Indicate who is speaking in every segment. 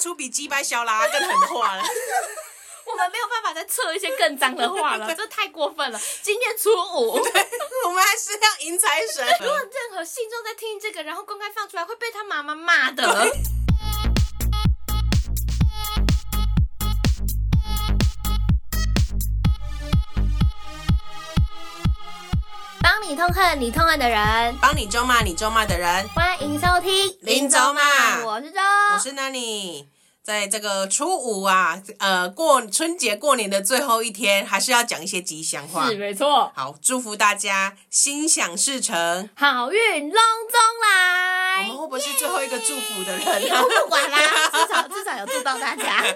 Speaker 1: 出比鸡掰小啦更狠的话了。
Speaker 2: 我们没有办法再测一些更脏的话 了，这太过分了。今天初五，
Speaker 1: 我们还是要迎财神。
Speaker 2: 如果任何信众在听这个，然后公开放出来，会被他妈妈骂的。帮你痛恨你痛恨的人，
Speaker 1: 帮你咒骂你咒骂的人，
Speaker 2: 欢迎收听
Speaker 1: 林州骂
Speaker 2: 我是周，
Speaker 1: 我是 Nani。在这个初五啊，呃，过春节过年的最后一天，还是要讲一些吉祥话。
Speaker 2: 没错，
Speaker 1: 好，祝福大家心想事成。
Speaker 2: 好运隆中
Speaker 1: 我
Speaker 2: 来
Speaker 1: 们。会不会是最后一个祝福的人 啊？
Speaker 2: 不管啦，至少至少有祝到大家
Speaker 1: 大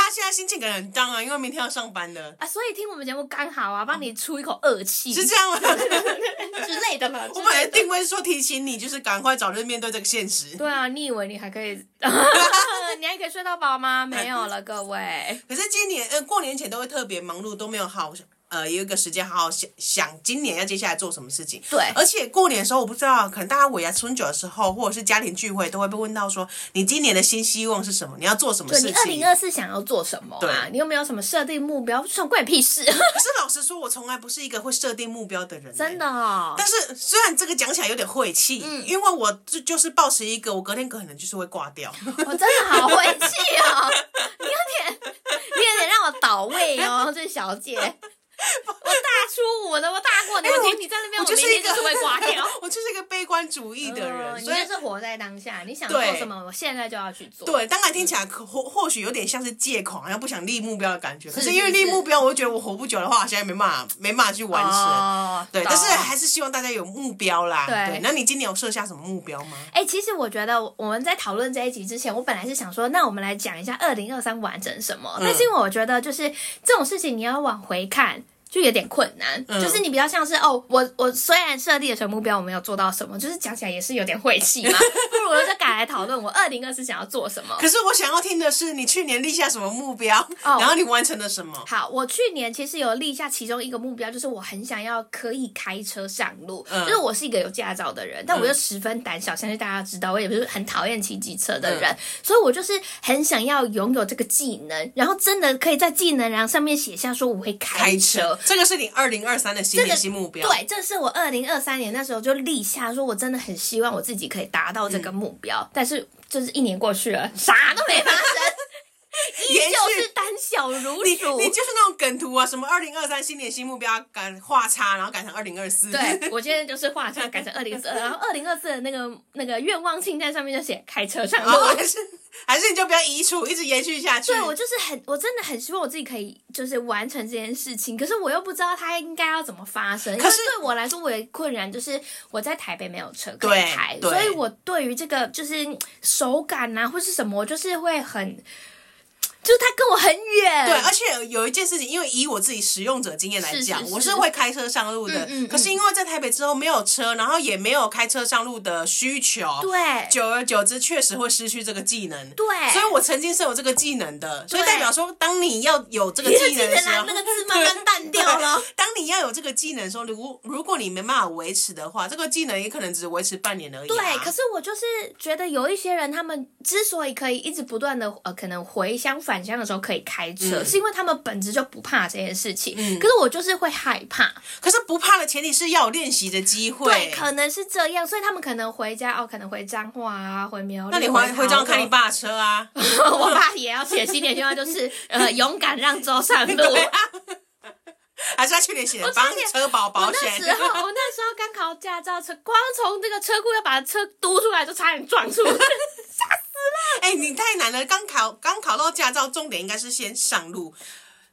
Speaker 1: 家现在心情可能很荡啊，因为明天要上班的，
Speaker 2: 啊！所以听我们节目刚好
Speaker 1: 哦
Speaker 2: 啊，帮你出一口恶气
Speaker 1: 是这样吗？
Speaker 2: 之类的嘛。
Speaker 1: 我
Speaker 2: 之
Speaker 1: 本来
Speaker 2: 类的
Speaker 1: 定位说提醒你，就是赶快早日面对这个现实。
Speaker 2: 对啊，你以为你还可以， 你还可以睡到 饱
Speaker 1: 哎
Speaker 2: 吗？没有了，各位。
Speaker 1: 可是今年，呃，过年前都会特别忙碌，都没有好呃有一个时间好好想想今年要接下来做什么事情。
Speaker 2: 对
Speaker 1: 而且过年的时候，我不知道，可能大家尾牙春酒的时候，或者是家庭聚会，都会被问到说，你今年的新希望是什么？你要做什么
Speaker 2: 对
Speaker 1: 事
Speaker 2: 你
Speaker 1: 情？
Speaker 2: 二零二四想要做什么啊
Speaker 1: 对？
Speaker 2: 你有没有什么设定目标？算关你屁事，啊
Speaker 1: 可是老实说，我从来不是一个会设定目标的人、
Speaker 2: 真
Speaker 1: 欸
Speaker 2: 的嗯哦。
Speaker 1: 但是虽然这个讲起来有点晦气，因为我就就是抱持一个我隔天可能就是会挂掉，
Speaker 2: 我真的好晦气哦！ 你有点，你有点让我倒胃 哦，这小姐。我大初五的，我大过年，我听你在那
Speaker 1: 哎
Speaker 2: 边，
Speaker 1: 我
Speaker 2: 我明
Speaker 1: 就是一
Speaker 2: 天
Speaker 1: 个
Speaker 2: 就是会挂掉。
Speaker 1: 我就是一个悲观主义 的
Speaker 2: 嗯
Speaker 1: 人，
Speaker 2: 你
Speaker 1: 所以
Speaker 2: 就是活在当下，你想做
Speaker 1: 对
Speaker 2: 什么，我现在就要去做。
Speaker 1: 对，当然听起来可或或许有点像是借口，好像不想立目标的感觉。可
Speaker 2: 是
Speaker 1: 是因为立
Speaker 2: 是
Speaker 1: 目标，我就觉得我活不久的话，好像也没办法没办法去完成。
Speaker 2: 哦
Speaker 1: 对，
Speaker 2: 懂
Speaker 1: 但是还是希望大家有目标啦。
Speaker 2: 对
Speaker 1: 那你今年有设下什么目标吗？
Speaker 2: 哎、其实我觉得我们在讨论这一集之前，我本来是想说，那我们来讲一下二零二三完成什么。
Speaker 1: 嗯
Speaker 2: 但是因为我觉得，就是这种事情你要往回看。就有点困难，
Speaker 1: 嗯
Speaker 2: 就是你比较像是哦，我我虽然设立了什么目标，我没有做到什么，就是讲起来也是有点晦气 嘛。不如我就改来讨论我二零二四想要做什么。
Speaker 1: 可是我想要听的是，你去年立下什么目标，
Speaker 2: 哦
Speaker 1: 然后你完成了什么？
Speaker 2: 好，我去年其实有立下其中一个目标，就是我很想要可以开车上路，
Speaker 1: 嗯
Speaker 2: 就是我是一个有驾照的人，但我又十分胆小，相信大家知道，我也不是很讨厌骑机车
Speaker 1: 嗯
Speaker 2: 的人，所以我就是很想要拥有这个技能，然后真的可以在技能栏上面写下说我会开
Speaker 1: 开车，这个是你二零二三的新
Speaker 2: 这个
Speaker 1: 年新目标。
Speaker 2: 对，这是我二零二三年那时候就立下，说我真的很希望我自己可以达到这个
Speaker 1: 嗯
Speaker 2: 目标，但是就是一年过去了，啥都 没发生，依
Speaker 1: 延
Speaker 2: 旧
Speaker 1: 续
Speaker 2: 是胆小如
Speaker 1: 你
Speaker 2: 鼠。
Speaker 1: 你就是那种梗图啊，什么二零二三新年新目标改画叉，然后改成二零二 四。
Speaker 2: 对，我今天就是画上改成二零四， 然后二零二四的那个那个愿望清单上面就写开车上
Speaker 1: 然后
Speaker 2: 路。
Speaker 1: 还是还是你就不要移除，一直延续下去。
Speaker 2: 对，我就是很，我真的很希望我自己可以就是完成这件事情，可是我又不知道它应该要怎么发生。因为
Speaker 1: 可是
Speaker 2: 对我来说，我的困难就是我在台北没有车可以
Speaker 1: 对
Speaker 2: 开，
Speaker 1: 对
Speaker 2: 所以我对于这个就是嗯手感啊或是什么，我就是会很，就是它跟我很远。
Speaker 1: 对，而且有一件事情，因为以我自己使用者经验来
Speaker 2: 嗯是
Speaker 1: 讲，
Speaker 2: 是
Speaker 1: 我
Speaker 2: 是
Speaker 1: 是会开车上路的。
Speaker 2: 嗯嗯
Speaker 1: 可是因为在台北之后没有车，然后也没有开车上路的需求，
Speaker 2: 对
Speaker 1: 久而久之确实会失去这个技能。
Speaker 2: 对
Speaker 1: 所以我曾经是有这个技能的，所以
Speaker 2: 对
Speaker 1: 代表说，当你要有这个
Speaker 2: 你的
Speaker 1: 技能的
Speaker 2: 技
Speaker 1: 时
Speaker 2: 能栏
Speaker 1: 候，
Speaker 2: 那 个字慢慢淡掉了
Speaker 1: 对当你要有这个技能的时候，如果如果你没办法维持的话，这个技能也可能只维持半年而已、啊。
Speaker 2: 对，可是我就是觉得有一些人，他们之所以可以一直不断的呃，可能回乡返乡的时候可以开车，
Speaker 1: 嗯
Speaker 2: 是因为他们本质就不怕这件事情。可是我就是会害怕，
Speaker 1: 可是不怕的前提是要有练习的机会。
Speaker 2: 对，可能是这样，所以他们可能回家哦，可能回彰化啊，回苗栗。
Speaker 1: 那你回
Speaker 2: 桃
Speaker 1: 回家看你
Speaker 2: 园，
Speaker 1: 爸的车啊。
Speaker 2: 我爸也要写新年愿望，就是 呃，勇敢让周上路。
Speaker 1: 对啊，还是他去年写的帮车保
Speaker 2: 我
Speaker 1: 保
Speaker 2: 那
Speaker 1: 险
Speaker 2: 时。候，我那时候刚考驾照车，光从这个车库要把车嘟出来，就差点撞出去。
Speaker 1: 哎、你太难了，刚考刚考到驾照，重点应该是先上路。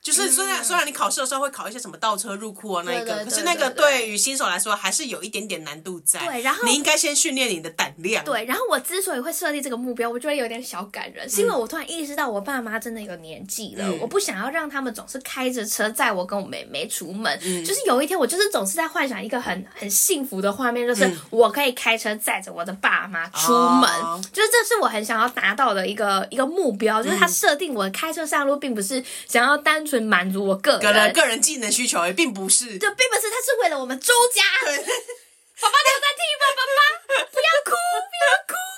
Speaker 1: 就是虽然、虽然你考试的时候会考一些什么倒车入库啊那一
Speaker 2: 嗯对
Speaker 1: 个，
Speaker 2: 对
Speaker 1: 可
Speaker 2: 对
Speaker 1: 是那个
Speaker 2: 对对
Speaker 1: 对于新手来说还是有一点点难度在。
Speaker 2: 对然后
Speaker 1: 你应该先训练你的胆量。，
Speaker 2: 对，然后我之所以会设立这个目标，我觉得有点小感人，是因为我突然意识到我爸妈真的有年纪了，
Speaker 1: 嗯
Speaker 2: 我不想要让他们总是开着车载我跟我妹妹出门。
Speaker 1: 嗯
Speaker 2: 就是有一天，我就是总是在幻想一个很很幸福的画面，就是我可以开车载着我的爸妈出门，
Speaker 1: 嗯哦
Speaker 2: 就是这是我很想要达到的一个一个目
Speaker 1: 嗯
Speaker 2: 标，就是他设定我开车上路，并不是想要单纯满足我个
Speaker 1: 个人
Speaker 2: 人。
Speaker 1: 个人技能需求也并不是。
Speaker 2: 就并不是，他是为了我们周家。爸爸，你有在听吗？爸爸，不要哭，不要哭。啊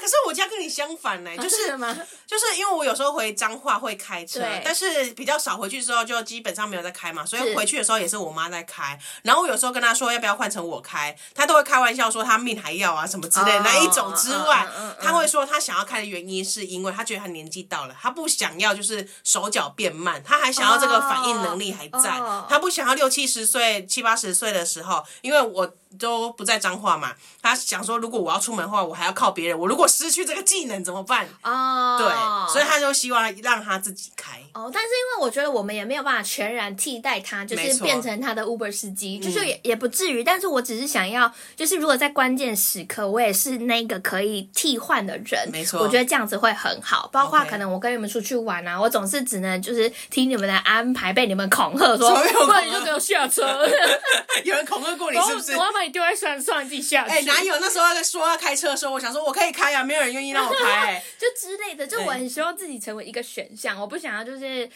Speaker 1: 可是我家跟你相反呢、 就
Speaker 2: 真
Speaker 1: 是
Speaker 2: 的吗？
Speaker 1: 就是因为我有时候回彰化会开车
Speaker 2: 对，
Speaker 1: 但是比较少回去之后就基本上没有在开嘛，所
Speaker 2: 是
Speaker 1: 以回去的时候也是我妈在开。然后我有时候跟她说要不要换成我开，她都会开玩笑说她命还要啊什么之类的
Speaker 2: 哦
Speaker 1: 那一种之外
Speaker 2: 嗯嗯嗯，
Speaker 1: 她会说她想要开的原因是因为她觉得她年纪到了，她不想要就是手脚变慢，她还想要这个反应能力还在
Speaker 2: 哦哦，
Speaker 1: 她不想要六七十岁、七八十岁的时候，因为我。都不在彰化嘛，她想说，如果我要出门的话，我还要靠别人。我如果失去这个技能怎么办？
Speaker 2: 哦，
Speaker 1: 对，所以他就希望让他自己开。
Speaker 2: 哦，但是因为我觉得我们也没有办法全然替代他，就
Speaker 1: 没
Speaker 2: 是
Speaker 1: 错嗯
Speaker 2: 变成他的 Uber 司机，就是也、也不至于。但是我只是想要，就是如果在关键时刻，我也是那个可以替换的人，
Speaker 1: 没错
Speaker 2: 我觉得这样子会很好。包括
Speaker 1: OK
Speaker 2: 可能我跟你们出去玩啊，我总是只能就是听你们的安排，被你们恐吓说，
Speaker 1: 所以我
Speaker 2: 不然你就给我下车，
Speaker 1: 有人恐吓过 你
Speaker 2: 然后
Speaker 1: 是不是
Speaker 2: 我？要把你丢在山上，你自己下去。
Speaker 1: 哎、哪有？那时候在说要开车的时候，我想说我可以开啊，没有人愿意让我开、哎
Speaker 2: 就之类的，就我很希望自己成为一个选项，我不想要就是。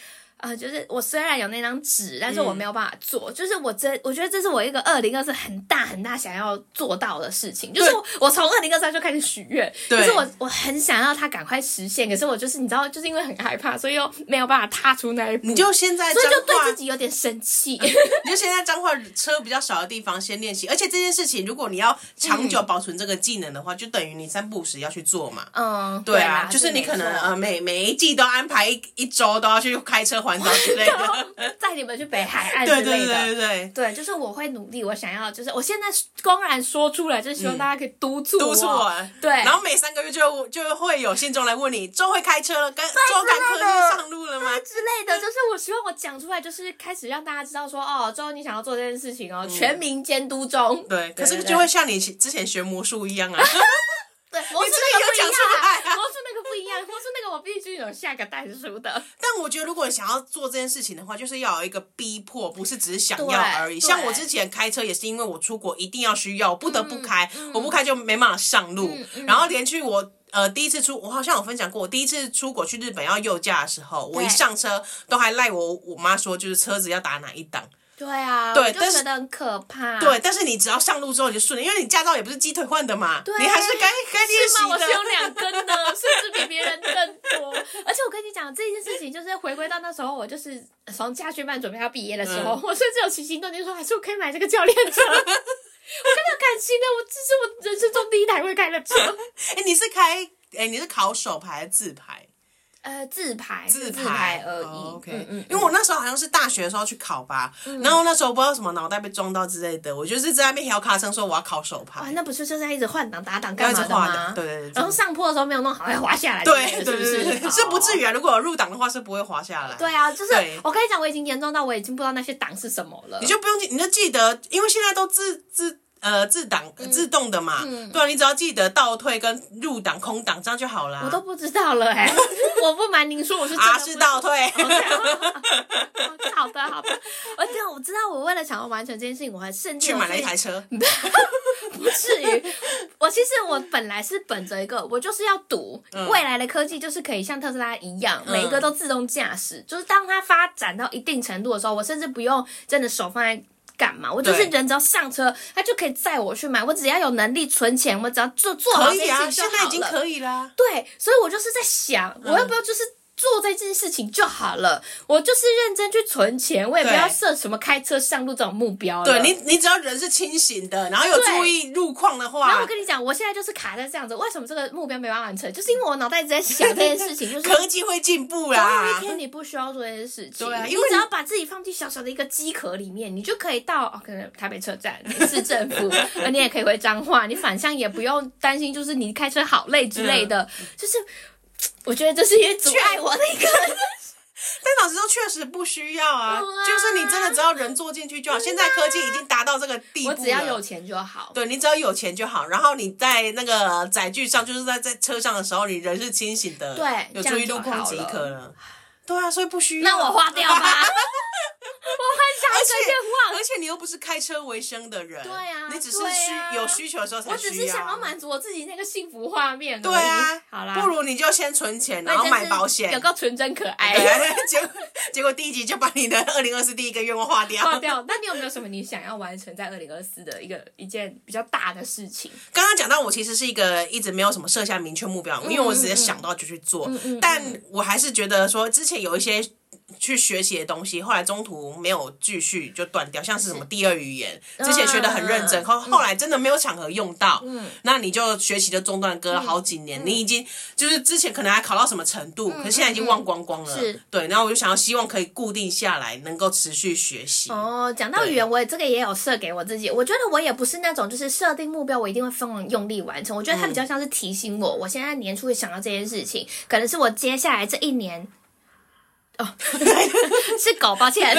Speaker 2: 呃，就是我虽然有那张纸，但是
Speaker 1: 嗯
Speaker 2: 我没有办法做。就是我真，我觉得这是我一个二零二四很大很大想要做到的事情。就是我，我从二零二三就开始许愿，
Speaker 1: 对
Speaker 2: 可是我我很想要它赶快实现，可是我就是你知道，就是因为很害怕，所以又没有办法踏出那一 步，
Speaker 1: 你就现在
Speaker 2: 所以
Speaker 1: 彰
Speaker 2: 就对
Speaker 1: 化
Speaker 2: 自，己有点 生气。
Speaker 1: 你就现在彰化车比较少的地方先练习。而且这件事情，如果你要长久保存这个技能的话，就等于你三不五时要去做嘛。
Speaker 2: 嗯，
Speaker 1: 对啊，，
Speaker 2: 啦
Speaker 1: 就是你
Speaker 2: 没
Speaker 1: 可能
Speaker 2: 错
Speaker 1: 呃每每一季都安排一一周都要去开车环岛之类
Speaker 2: 然后
Speaker 1: 的。
Speaker 2: 载你们去北海岸 之
Speaker 1: 呃对啊哎
Speaker 2: 类的。
Speaker 1: 对对对对，
Speaker 2: 对，就是我会努力，我想要，就是我现在公然说出来，就是希望大家可以嗯督促
Speaker 1: 督
Speaker 2: 我。
Speaker 1: 促我。
Speaker 2: 对，
Speaker 1: 然后每三个月就就会有信众来问你，周会开车了，跟周赶客
Speaker 2: 之类的
Speaker 1: 车上路了吗？
Speaker 2: 啊之类的，就是我希望我讲出来，就是开始让大家知道说，哦，周你想要做这件事情哦，全民监督中。
Speaker 1: 对，可是
Speaker 2: 对
Speaker 1: 就会像你之前学魔术一样啊，
Speaker 2: 对，魔
Speaker 1: 真
Speaker 2: 术
Speaker 1: 的
Speaker 2: 那个
Speaker 1: 有
Speaker 2: 不一
Speaker 1: 讲
Speaker 2: 样
Speaker 1: 出来
Speaker 2: 啊，
Speaker 1: 啊
Speaker 2: 魔术那个不一样，魔术那个我必须有下个代书的。
Speaker 1: 但我觉得如果你想要做这件事情的话，就是要有一个逼迫，不是只是想
Speaker 2: 对
Speaker 1: 要而已。
Speaker 2: 对
Speaker 1: 像我之前开车也是因为我出国一定要需要，我不得不开，我不开就没办法上路，然后连去我。呃，第一次出，我好像有分享过，我第一次出国去日本要右驾的时候，我
Speaker 2: 对
Speaker 1: 一上车都还赖我我妈说，就是车子要打哪一档。
Speaker 2: 对啊，
Speaker 1: 对
Speaker 2: 我就
Speaker 1: 但是
Speaker 2: 觉得很可怕。
Speaker 1: 对，但是你只要上路之后你就顺了，因为你驾照也不是鸡腿换的嘛，
Speaker 2: 对
Speaker 1: 你还是该该练
Speaker 2: 是
Speaker 1: 习
Speaker 2: 吗？我
Speaker 1: 的。
Speaker 2: 是有两 根呢，甚至比别人更多。而且我跟你讲，这件事情就是回归到那时候，我就是从家训班准备要毕业的时候，
Speaker 1: 嗯
Speaker 2: 我甚至有起心动念说，还是我可以买这个教练 车。我根本感情的，我这是我人生中第一台会开的 车，
Speaker 1: 哎、你是开哎、你是考手牌还是自牌？
Speaker 2: 呃，自排
Speaker 1: 自
Speaker 2: 自排
Speaker 1: 排
Speaker 2: 而已。
Speaker 1: 哦 OK，
Speaker 2: 嗯嗯，
Speaker 1: 因为我那时候好像是大学的时候去考吧，然后那时候不知道什么脑袋被撞到之类的，我就是在那边调卡声说我要考手
Speaker 2: 哇，
Speaker 1: 牌，
Speaker 2: 哦那不是就是在一直换挡打挡
Speaker 1: 要
Speaker 2: 干
Speaker 1: 一直
Speaker 2: 嘛
Speaker 1: 画
Speaker 2: 吗
Speaker 1: 的，？对对
Speaker 2: 然后
Speaker 1: 对。
Speaker 2: 上坡的时候没有弄好，还滑下来之类
Speaker 1: 对
Speaker 2: 的，
Speaker 1: 对
Speaker 2: 是
Speaker 1: 对对
Speaker 2: 不
Speaker 1: 对，
Speaker 2: 是？
Speaker 1: 是不至于啊！如果有入档的话，是不会滑下来。
Speaker 2: 对啊，就是
Speaker 1: 对
Speaker 2: 我跟你讲，我已经严重到我已经不知道那些档是什么了。
Speaker 1: 你就不用记，你就记得，因为现在都自自呃自档
Speaker 2: 嗯
Speaker 1: 自动的嘛，对啊，你只要记得倒退跟入档空档这样就好啦。
Speaker 2: 我都不知道了 哎、我不瞒您说，我是哦真的
Speaker 1: 啊
Speaker 2: 不知
Speaker 1: 是倒退，
Speaker 2: 好的，好的。而且我知道，我为了想要完成这件事情，我还甚至
Speaker 1: 去
Speaker 2: 有
Speaker 1: 买了一台车，
Speaker 2: 不至于。我其实我本来是本着一个，我就是要赌、
Speaker 1: 嗯
Speaker 2: 未来的科技就是可以像特斯拉一样，每一个都自动驾驶。就是当它发展到一定程度的时候，我甚至不用真的手放在。干嘛？我就是
Speaker 1: 对
Speaker 2: 人只要上车，它就可以载我去买。我只要有能力存钱，我只要做做好
Speaker 1: 可
Speaker 2: 这
Speaker 1: 以
Speaker 2: 件
Speaker 1: 啊，
Speaker 2: 事情
Speaker 1: 现
Speaker 2: 就
Speaker 1: 在
Speaker 2: 好
Speaker 1: 已经
Speaker 2: 了。
Speaker 1: 可以啦。
Speaker 2: 对，所以我就是在想，
Speaker 1: 嗯
Speaker 2: 我要不要就是做这件事情就好了？我就是认真去存钱，我也不
Speaker 1: 对
Speaker 2: 要设什么开车上路这种目标了
Speaker 1: 对你，你只要人是清醒的，然后有
Speaker 2: 对
Speaker 1: 注意路况的
Speaker 2: 然后
Speaker 1: 话
Speaker 2: 我，跟你讲，我现在就是卡在这样子。为什么这个目标没办法完成？就是因为我脑袋一直在想这件事 情，就是
Speaker 1: 科技会进步
Speaker 2: 总有一
Speaker 1: 啦。
Speaker 2: 天你不需要做这件事情，
Speaker 1: 啊对啊
Speaker 2: 你
Speaker 1: 因为
Speaker 2: 只
Speaker 1: 你
Speaker 2: 要把自己放进小小的一个机壳里面，你就可以到哦，可能台北车站、市 政府，呃你也可以回彰化，你反向也不用担心，就是你开车好累之类
Speaker 1: 嗯
Speaker 2: 的，就是。我觉得这是也阻碍我的一个
Speaker 1: 但老实说，确实不需要啊，
Speaker 2: 对啊
Speaker 1: 就是你真的只要人坐进去就好。现在科技已经达到这个地步
Speaker 2: 我
Speaker 1: 了，
Speaker 2: 只要有钱就好。
Speaker 1: 对你只要有钱就好。然后你在那个载具上，就是在在车上的时候，你人是清醒的，
Speaker 2: 对
Speaker 1: 有注意
Speaker 2: 这样就
Speaker 1: 路况
Speaker 2: 好
Speaker 1: 即
Speaker 2: 了
Speaker 1: 可了。对啊，所以不需要。
Speaker 2: 那我花掉吧，我很想 个愿望。
Speaker 1: 而且你又不是开车为生的人，
Speaker 2: 对啊
Speaker 1: 你只是
Speaker 2: 对
Speaker 1: 需、
Speaker 2: 啊
Speaker 1: 有需求的时候才需要。
Speaker 2: 我只是想要满足我自己那个幸福画面而已。
Speaker 1: 对啊，
Speaker 2: 好啦，
Speaker 1: 不如你就先存钱，
Speaker 2: 那
Speaker 1: 然后
Speaker 2: 真
Speaker 1: 买
Speaker 2: 是
Speaker 1: 保险
Speaker 2: 有。个纯真可爱。
Speaker 1: 对， 啊结果结果第一集就把你的二零二四第一个愿望划掉。
Speaker 2: 挂掉。那你有没有什么你想要完成在二零二四的一个一件比较大的事情？
Speaker 1: 刚刚讲到，我其实是一个一直没有什么设下明确目标，因为我只
Speaker 2: 嗯
Speaker 1: 是想到就去做。但我还是觉得说，之前有一些去学习的东西，后来中途没有继续就断掉，像是什么第二语言，之前学的很认真，
Speaker 2: 嗯
Speaker 1: 后后来真的没有场合用到，那你就学习就中断，隔了好几年，
Speaker 2: 嗯
Speaker 1: 你已经就是之前可能还考到什么程度，可是现在已经忘光光了。
Speaker 2: 嗯是
Speaker 1: 对，然后我就想要希望可以固定下来，能够持续学习。
Speaker 2: 哦，讲到语言，我也这个也有设给我自己。我觉得我也不是那种就是设定目标，我一定会疯狂用力完成。我觉得它
Speaker 1: 嗯
Speaker 2: 比较像是提醒我，我现在年初会想到这件事情，可能是我接下来这一年。哦， 是狗，抱歉，我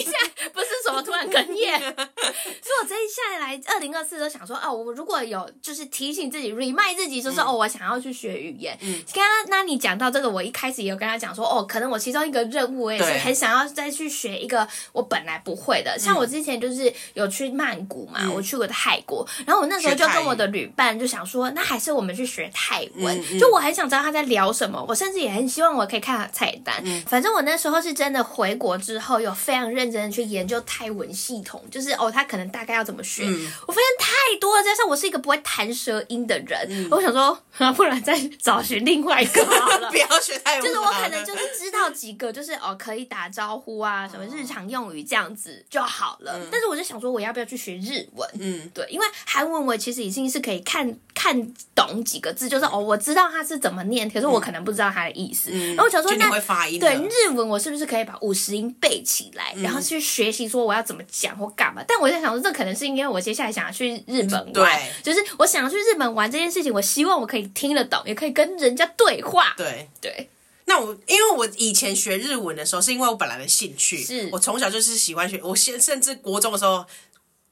Speaker 2: 一下 不是什么突然哽咽， 所以我这一下来，二零二四都想说，哦，我如果有就是提醒自己，remind 自己，就是、
Speaker 1: 嗯
Speaker 2: 哦，我想要去学语言。刚刚那你讲到这个，我一开始也有跟他讲说，哦，可能我其中一个任务，我也是
Speaker 1: 对嗯
Speaker 2: 很想要再去学一个我本来不会的。像我之前就是有去曼谷嘛，我去过的泰国，然后我那时候就跟我的旅伴就想说，那还是我们去学泰文，
Speaker 1: 嗯嗯
Speaker 2: 就我很想知道他在聊什么，我甚至也很希望我可以看他的菜单。反正我那时候是真的回国之后，有非常认真的去研究泰文系统，就是哦，他可能大概要怎么学。我发现太多了，加上我是一个不会弹舌音的人，我想说， 啊不然再找寻另外一个好
Speaker 1: 。
Speaker 2: 了
Speaker 1: 不要学太无聊
Speaker 2: 就
Speaker 1: 的。
Speaker 2: 是我可能就是知道几个，就是哦可以打招呼啊，什么日常用语这样子就好了。但是我就想说，我要不要去学日文？
Speaker 1: 嗯，
Speaker 2: 对，因为韩文我其实已经是可以看看懂几个字，就是哦我知道它是怎么念，可是我可能不知道它的意思。然后我想说
Speaker 1: 嗯就你
Speaker 2: 那
Speaker 1: 会发音的
Speaker 2: 对日文，我是不是可以把五十音背起来，然后
Speaker 1: 嗯
Speaker 2: 去学习说我要怎么讲或干嘛？但我在想说，这可能是因为我接下来想要去日本玩
Speaker 1: 嗯对，
Speaker 2: 就是我想要去日本玩这件事情，我希望我可以听得懂，也可以跟人家对话。
Speaker 1: 对。
Speaker 2: 对，
Speaker 1: 那我因为我以前学日文的时候，是因为我本来的兴趣，
Speaker 2: 是
Speaker 1: 我从小就是喜欢学，我甚甚至国中的时候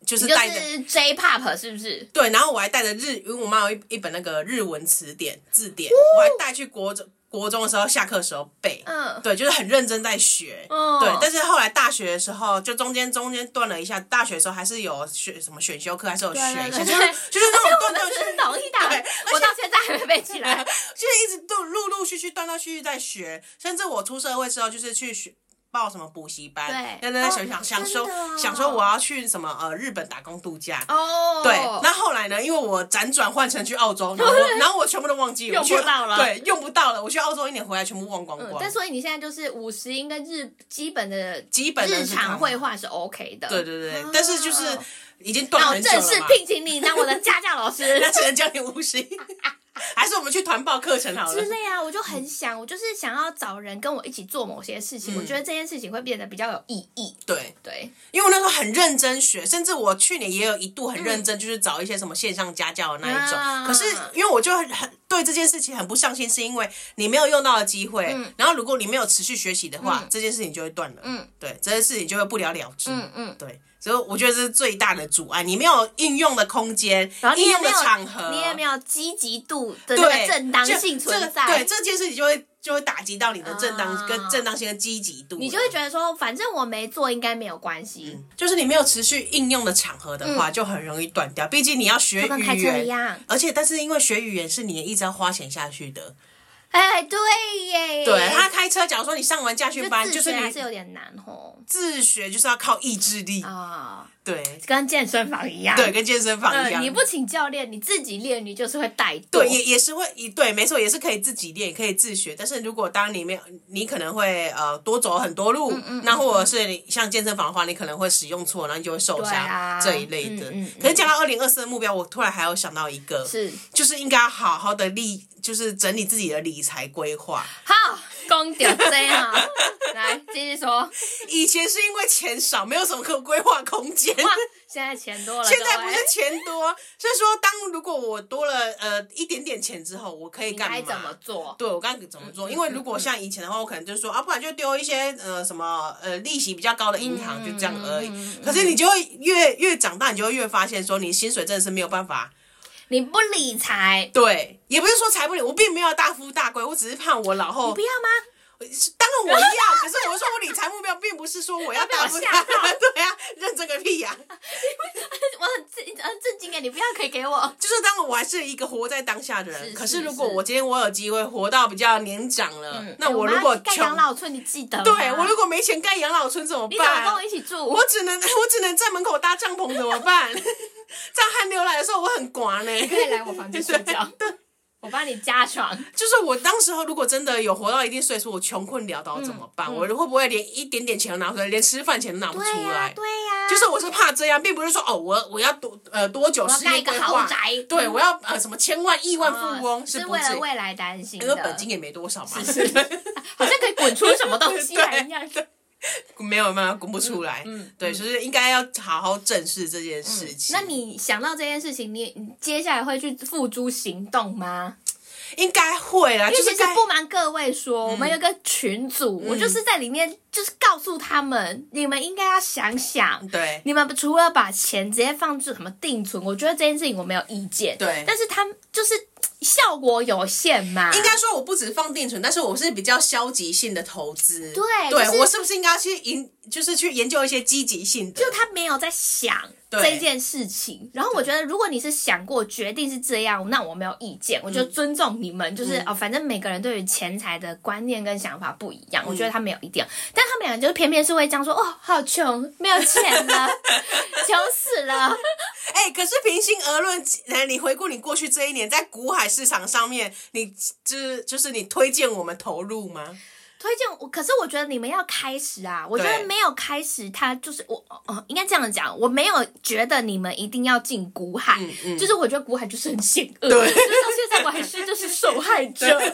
Speaker 1: 就是
Speaker 2: 就
Speaker 1: 带着。
Speaker 2: 是 J-pop 是不是？
Speaker 1: 对，然后我还带着日，因为我妈有一一本那个日文词典字
Speaker 2: 哦
Speaker 1: 典，我还带去国中国中的时候下课的时候背，
Speaker 2: 嗯
Speaker 1: 对，就是很认真在学，
Speaker 2: 哦
Speaker 1: 对。但是后来大学的时候，就中间中间断了一下，大学的时候还是有选什么选修课，还是有学
Speaker 2: 对
Speaker 1: 一下，
Speaker 2: 对对
Speaker 1: 就是就是那种断
Speaker 2: 我
Speaker 1: 断
Speaker 2: 真
Speaker 1: 续
Speaker 2: 是脑力大
Speaker 1: 对
Speaker 2: 开，我到现在还没背起来。
Speaker 1: 现在一直都陆陆续续、断断续续在学，甚至我出社会之后，就是去学报什么补习班，
Speaker 2: 对
Speaker 1: 那那那
Speaker 2: 哦
Speaker 1: 想想想说
Speaker 2: 真的哦
Speaker 1: 想说我要去什么呃日本打工度假。
Speaker 2: 哦，
Speaker 1: 对，那后来呢？因为我辗转换成去澳洲， 然后我然后我全部都忘记，
Speaker 2: 用
Speaker 1: 我去
Speaker 2: 不到了
Speaker 1: 对，用不到了。我去澳洲一年回来，全部忘光
Speaker 2: 嗯
Speaker 1: 光。
Speaker 2: 但所以你现在就是五十音跟日基本的
Speaker 1: 基本的
Speaker 2: 日
Speaker 1: 日常
Speaker 2: 常绘画是 OK 的。
Speaker 1: 对对对，但是就是
Speaker 2: 哦
Speaker 1: 已经断
Speaker 2: 那我
Speaker 1: 很久了
Speaker 2: 正
Speaker 1: 嘛。
Speaker 2: 式聘请你当我的家教老师。
Speaker 1: 那只能教你五十音， 还是我们去团报课程好
Speaker 2: 之
Speaker 1: 了？
Speaker 2: 类啊，我就很想，我就是想要找人跟我一起做某些事情，我觉得这件事情会变得比较有意义。
Speaker 1: 对，
Speaker 2: 对，
Speaker 1: 因为我那时候很认真学，甚至我去年也有一度很认真，就是找一些什么线上家教的那一种。
Speaker 2: 嗯啊
Speaker 1: 可是因为我就很很对这件事情很不上心，是因为你没有用到的机会，
Speaker 2: 嗯
Speaker 1: 然后如果你没有持续学习的话，这件事情就会断了。嗯，对，这件事情就会不了了之。
Speaker 2: 嗯嗯。
Speaker 1: 对，所以我觉得这是最大的阻碍，你没有应用的空间，
Speaker 2: 然后你
Speaker 1: 应
Speaker 2: 也
Speaker 1: 用
Speaker 2: 没
Speaker 1: 的
Speaker 2: 有
Speaker 1: 场合，
Speaker 2: 你也没有积极度的那
Speaker 1: 对
Speaker 2: 个正当
Speaker 1: 就
Speaker 2: 性
Speaker 1: 这个
Speaker 2: 存在。
Speaker 1: 对这件事情就会就会打击到你的正当、
Speaker 2: 啊
Speaker 1: 跟正当性跟积极度了，
Speaker 2: 你就会觉得说，反正我没做，应该没有关系，
Speaker 1: 就是你没有持续应用的场合的话，就很容易断掉。毕竟你要学
Speaker 2: 嗯就跟开
Speaker 1: 语
Speaker 2: 车
Speaker 1: 言，
Speaker 2: 一样。
Speaker 1: 而且但是因为学语言是你一直要花钱下去的，
Speaker 2: 哎，对耶，
Speaker 1: 对他开车，假如说你上完驾训班，就
Speaker 2: 自
Speaker 1: 是
Speaker 2: 学还是
Speaker 1: 你
Speaker 2: 有点难吼
Speaker 1: 自学就是要靠意志力，
Speaker 2: 啊，
Speaker 1: 对
Speaker 2: 跟健身房一样。
Speaker 1: 对，跟健身房一
Speaker 2: 呃，
Speaker 1: 样。
Speaker 2: 你不请教练，你自己练，你就是会怠惰。
Speaker 1: 对，也也是会，也对，没错，也是可以自己练，也可以自学。但是如果当你没有，你可能会呃多走很多
Speaker 2: 嗯
Speaker 1: 路，那或者是你像健身房的话，你可能会使用错，然后你就会受伤、
Speaker 2: 对啊
Speaker 1: 这一类的。
Speaker 2: 嗯嗯嗯
Speaker 1: 可是讲到二零二四的目标，我突然还有想到一个，
Speaker 2: 是
Speaker 1: 就是应该要好好的立，就是整理自己的理财规划。
Speaker 2: 好，公屌这样啊，来继续说。
Speaker 1: 以前是因为钱少，没有什么可规划空间。
Speaker 2: 哇，现在钱多了，
Speaker 1: 现在
Speaker 2: 各
Speaker 1: 不
Speaker 2: 位
Speaker 1: 是钱多，所以说当如果我多了呃一点点钱之后，我可以
Speaker 2: 你
Speaker 1: 干嘛？
Speaker 2: 该怎么嗯做？
Speaker 1: 对，我刚刚怎么做？因为如果像以前的话，我可能就说啊，不然就丢一些呃什么呃利息比较高的银行，就这样而已。
Speaker 2: 嗯
Speaker 1: 可是你就会越越长大，你就会越发现说，你薪水真的是没有办 法。
Speaker 2: 你不理财，
Speaker 1: 对，也不是说财不理，我并没有大富大贵，我只是怕我老
Speaker 2: 你
Speaker 1: 后
Speaker 2: 不要吗？
Speaker 1: 呃当然我要， 可是我说我理财目标并不是说我要大富
Speaker 2: 要被我吓
Speaker 1: 大
Speaker 2: 到
Speaker 1: 对啊，认这个屁呀、
Speaker 2: 我很震很震惊哎，你不要可以给我。
Speaker 1: 就是当然我还是一个活在当下的人，
Speaker 2: 是
Speaker 1: 可
Speaker 2: 是
Speaker 1: 如果
Speaker 2: 是
Speaker 1: 我今天我有机会活到比较年长了，嗯那
Speaker 2: 哎我
Speaker 1: 如果
Speaker 2: 妈盖
Speaker 1: 穷，
Speaker 2: 养老村，你记得吗？
Speaker 1: 对我如果没钱盖养老村怎么
Speaker 2: 你怎么
Speaker 1: 办？
Speaker 2: 跟我一起住？
Speaker 1: 我只能 我只能在门口搭帐篷，怎么办？ 这样汗流来的时候我很欸刮呢。
Speaker 2: 可以来我房间睡 觉，我帮你加床。
Speaker 1: 就是我当时候如果真的有活到一定岁数，我穷困潦
Speaker 2: 嗯
Speaker 1: 倒怎么办？我会不会连一点点钱都拿不出来，连吃饭钱都拿不出来？
Speaker 2: 对呀、
Speaker 1: 就是我是怕这样，并不是说哦，我我要多呃多久
Speaker 2: 我要
Speaker 1: 事
Speaker 2: 盖
Speaker 1: 业
Speaker 2: 一个
Speaker 1: 规
Speaker 2: 豪
Speaker 1: 划，
Speaker 2: 宅
Speaker 1: 对我要呃什么千万亿万富翁、
Speaker 2: 嗯
Speaker 1: 是
Speaker 2: 是
Speaker 1: 不
Speaker 2: 为
Speaker 1: 至
Speaker 2: 了
Speaker 1: 于，
Speaker 2: 未来担心
Speaker 1: 因为
Speaker 2: 的，
Speaker 1: 本金也没多少嘛，
Speaker 2: 是好像可以滚出什么东西来一样。
Speaker 1: 没有没有滚不出来，
Speaker 2: 嗯
Speaker 1: 对，就是应该要好好正视这件事情。
Speaker 2: 那你想到这件事情，你你接下来会去付诸行动吗？
Speaker 1: 应该会啦，就
Speaker 2: 因为
Speaker 1: 是
Speaker 2: 其实
Speaker 1: 该嗯
Speaker 2: 不瞒各位说，我们有一个群组，我就是在里面，就是告诉他们，你们应该要想想，
Speaker 1: 对
Speaker 2: 你们除了把钱直接放置什么定存，我觉得这件事情我没有意见，
Speaker 1: 对
Speaker 2: 但是他们就是效果有限嘛，
Speaker 1: 应该说我不只放定存，但是我是比较消极性的投资。
Speaker 2: 对
Speaker 1: 对、
Speaker 2: 就是
Speaker 1: 我是不是应该去研，就是去研究一些积极性的？
Speaker 2: 就他没有在想
Speaker 1: 对
Speaker 2: 这件事情。然后我觉得，如果你是想过决定是这样，那我没有意
Speaker 1: 嗯
Speaker 2: 见，我就尊重你们。就是、哦，反正每个人对于钱财的观念跟想法不一
Speaker 1: 嗯
Speaker 2: 样，我觉得他没有一定。但他们两个就偏偏是会这样说：“哦，好穷，没有钱了，穷死了。
Speaker 1: 哎、可是平心而论，来你回顾你过去这一年在股海市场上面，你就是就是你推荐我们投入吗？”
Speaker 2: 推荐我，可是我觉得你们要开始啊！我觉得
Speaker 1: 对
Speaker 2: 没有开始，他就是我，哦，应该这样讲，我没有觉得你们一定要进股海，
Speaker 1: 嗯嗯
Speaker 2: 就是我觉得股海就是很险恶，
Speaker 1: 对
Speaker 2: 就是到现在我还是就是受害 者，所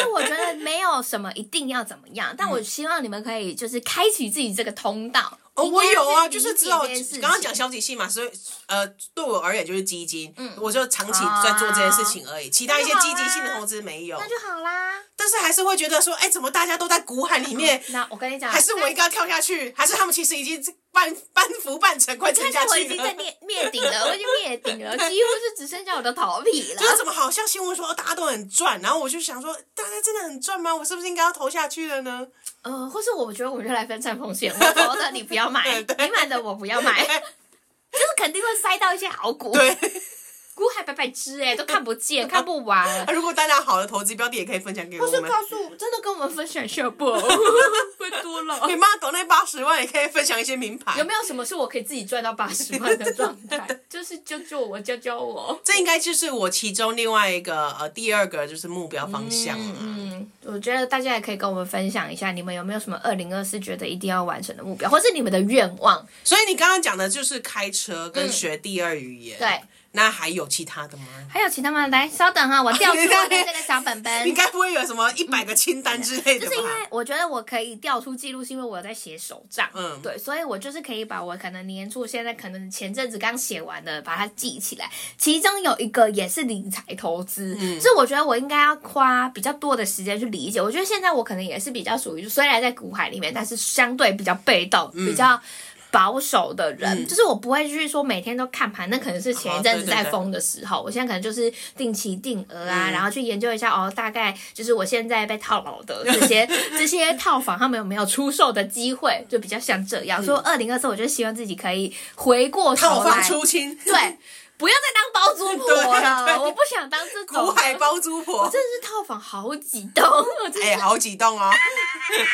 Speaker 2: 以我觉得没有什么一定要怎么样，但我希望你们可以就是开启自己这个通道。
Speaker 1: 嗯哦，我有啊，就
Speaker 2: 应
Speaker 1: 是
Speaker 2: 该去
Speaker 1: 只有
Speaker 2: 理解这件事情
Speaker 1: 刚刚讲消极性嘛，所以呃，对我而言就是基金，
Speaker 2: 嗯
Speaker 1: 我就长期在做这件事情而已，其他一些积极性的投资没有，
Speaker 2: 那就好啦。
Speaker 1: 但是还是会觉得说，哎、怎么大家都在股海里面，
Speaker 2: 那我跟你讲，
Speaker 1: 还是我应该跳下去，还是他们其实已经半半浮半沉，快沉下
Speaker 2: 但是我已
Speaker 1: 去
Speaker 2: 经在
Speaker 1: 了。
Speaker 2: 灭灭顶了，我已经灭顶了，几乎是只剩下我的头皮了
Speaker 1: 就。是怎么好像新闻说、哦大家都很赚，然后我就想说，大家真的很赚吗？我是不是应该要投下去了呢？
Speaker 2: 呃，或是我觉得我们就来分散风险，我投的你不要买，你买的我不要买， 就是肯定会塞到一些好股，
Speaker 1: 对，
Speaker 2: 股海百百只哎、都看不 见、看不完。
Speaker 1: 啊如果大家有好的投资标的也可以分享给我
Speaker 2: 或 是
Speaker 1: 们。
Speaker 2: 告诉真的跟我们分享一下不？ 会多了。
Speaker 1: 你妈抖那八十万也可以分享一些名牌
Speaker 2: 有，没有什么是我可以自己赚到八十万的状 态？就是救救我，教教我。
Speaker 1: 这应该就是我其中另外一个呃第二个就是目标方向了。
Speaker 2: 嗯，我觉得大家也可以跟我们分享一下，你们有没有什么二零二四觉得一定要完成的目标，或是你们的愿望？
Speaker 1: 所以你刚刚讲的就是开车跟学第二语言，
Speaker 2: 对，
Speaker 1: 那还有其他的吗？
Speaker 2: 还有其他吗？来，稍等哈，我调出我的这个小本 本。
Speaker 1: 你该不会有什么一百个清单之类的
Speaker 2: 就是因为
Speaker 1: 吧？
Speaker 2: 我觉得我可以调出记录，是因为我有在写手账，
Speaker 1: 嗯
Speaker 2: 对，所以我就是可以把我可能年初现在可能前阵子刚写完的，把它记起来。其中有一个也是理财投资，
Speaker 1: 嗯
Speaker 2: 所以我觉得我应该要花比较多的时间去理解。我觉得现在我可能也是比较属于虽然在股海里面，但是相对比较被动，
Speaker 1: 嗯
Speaker 2: 比较。保守的人，就是我不会去说每天都看盘，那可能是前一阵子
Speaker 1: 哦对对
Speaker 2: 在
Speaker 1: 对
Speaker 2: 疯的时候，我现在可能就是定期定额啊，
Speaker 1: 嗯
Speaker 2: 然后去研究一下哦，大概就是我现在被套牢 的这些这些套房，他们有没有出售的机会，就比较像这样。所以二零二四，我就希望自己可以回过
Speaker 1: 嗯套
Speaker 2: 头
Speaker 1: 房
Speaker 2: 来，
Speaker 1: 出 清，
Speaker 2: 对，不要再当包租 婆
Speaker 1: 对啊对
Speaker 2: 了，我不想当这种
Speaker 1: 股
Speaker 2: 了。
Speaker 1: 海包租
Speaker 2: 我
Speaker 1: 婆，
Speaker 2: 真的是套房好几栋， 我真的
Speaker 1: 哎、好几栋哦。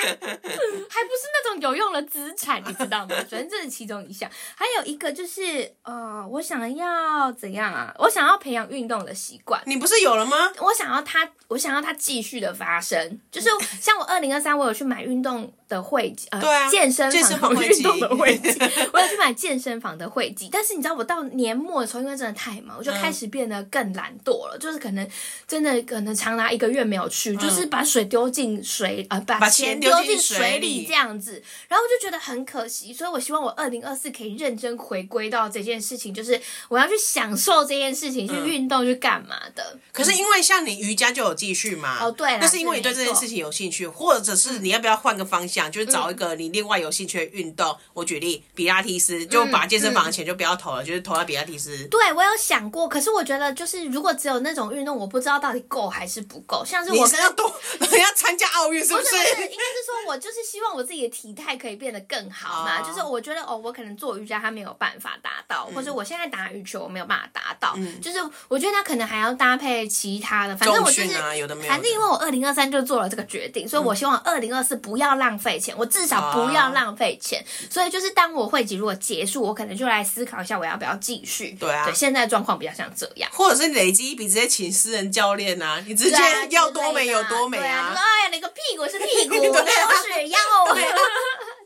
Speaker 2: 还不是那种有用的资产，你知道吗？反正这是其中一项。还有一个就是，呃，我想要怎样啊？我想要培养运动的习惯。
Speaker 1: 你不是有了吗？
Speaker 2: 我想要它，我想要它继续的发生，就是像我二零二三，我有去买运动的会籍，呃，
Speaker 1: 对啊
Speaker 2: 健身
Speaker 1: 健身
Speaker 2: 房
Speaker 1: 房
Speaker 2: 的
Speaker 1: 会
Speaker 2: 运
Speaker 1: 籍
Speaker 2: 动的会籍，我有去买健身房的会籍。但是你知道，我到年末的时候，因为真的太忙，我就
Speaker 1: 嗯
Speaker 2: 开始变得更懒惰了，就是可能真的可能长达一个月没有去，就是把水丢进水啊、呃，把
Speaker 1: 嗯把
Speaker 2: 钱
Speaker 1: 钱
Speaker 2: 丢
Speaker 1: 丢
Speaker 2: 进
Speaker 1: 进
Speaker 2: 水
Speaker 1: 水
Speaker 2: 里
Speaker 1: 里
Speaker 2: 这样子，然后我就觉得很可惜，所以我希望我二零二四可以认真回归到这件事情，就是我要去享受这件事情，去运动，去干嘛的。
Speaker 1: 嗯可是因为像你瑜伽就有继续嘛，
Speaker 2: 嗯哦对啦
Speaker 1: 那是因为
Speaker 2: 是
Speaker 1: 你对这
Speaker 2: 没
Speaker 1: 件
Speaker 2: 错嗯
Speaker 1: 事情有兴趣，或者是你要不要换个方向，就是找一个你另外有兴趣的运动。
Speaker 2: 嗯
Speaker 1: 我举例，比拉提斯，就把健身房的钱就不要投了，就是投到比拉提斯。
Speaker 2: 对，我有想过，可是我觉得就是，如果只有那种运动，我不知道到底够还是不够。像是
Speaker 1: 你
Speaker 2: 我
Speaker 1: 是
Speaker 2: 跟
Speaker 1: 要多，你要参加奥运，是
Speaker 2: 不
Speaker 1: 不
Speaker 2: 是
Speaker 1: 是？
Speaker 2: 不是，应该是说我就是希望我自己的体态可以变得更好嘛。
Speaker 1: 哦
Speaker 2: 就是我觉得哦，我可能做瑜伽它没有办法达到，或
Speaker 1: 嗯
Speaker 2: 者我现在打羽球我没有办法达到，就是我觉得它可能还要搭配其他的。反正我
Speaker 1: 重
Speaker 2: 就
Speaker 1: 训
Speaker 2: 是
Speaker 1: 啊，有的没嗯有的。
Speaker 2: 反正因为我二零二三就做了这个决定，所以我希望二零二四不要浪费钱，我至少
Speaker 1: 哦
Speaker 2: 不要浪费钱。所以就是当我会籍如果结束，我可能就来思考一下我要不要继续。
Speaker 1: 对啊
Speaker 2: 对，现在状况比较像这样。
Speaker 1: 或者是累积一笔，直接请私人教练啊，你直接
Speaker 2: 对啊
Speaker 1: 要多美有多美
Speaker 2: 对啊！
Speaker 1: 啊
Speaker 2: 就说哎呀，你个屁股 是屁股，没有
Speaker 1: 对啊
Speaker 2: 水药。哦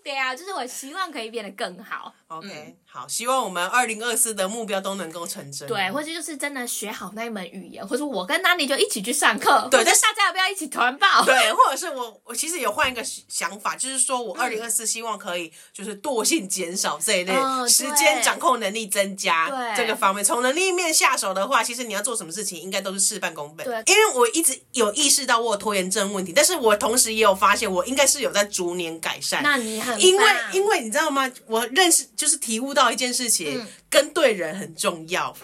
Speaker 2: 对啊，就是我希望可以变得更好，嗯
Speaker 1: OK，好，希望我们二零二四的目标都能够成真。
Speaker 2: 对，或者就是真的学好那一门语言，或者我跟 Nani 就一起去上课，
Speaker 1: 对
Speaker 2: 或者
Speaker 1: 但是
Speaker 2: 大家要不要一起团 报？
Speaker 1: 对，或者是我我其实有换一个想法，就是说我二零二四希望可以就是惰性减少这一类，
Speaker 2: 嗯
Speaker 1: 时
Speaker 2: 对
Speaker 1: 间掌控能力增加
Speaker 2: 对
Speaker 1: 这个方面。从能力面下手的话，其实你要做什么事情，应该都是事半功倍。
Speaker 2: 对
Speaker 1: 因为我一直有意识到我有拖延症问题，但是我同时也有发现，我应该是有在逐年改善。
Speaker 2: 那你很
Speaker 1: 因为
Speaker 2: 棒
Speaker 1: 因为你知道吗？我认识就是体悟到一件事情，
Speaker 2: 嗯
Speaker 1: 跟对人很重 要。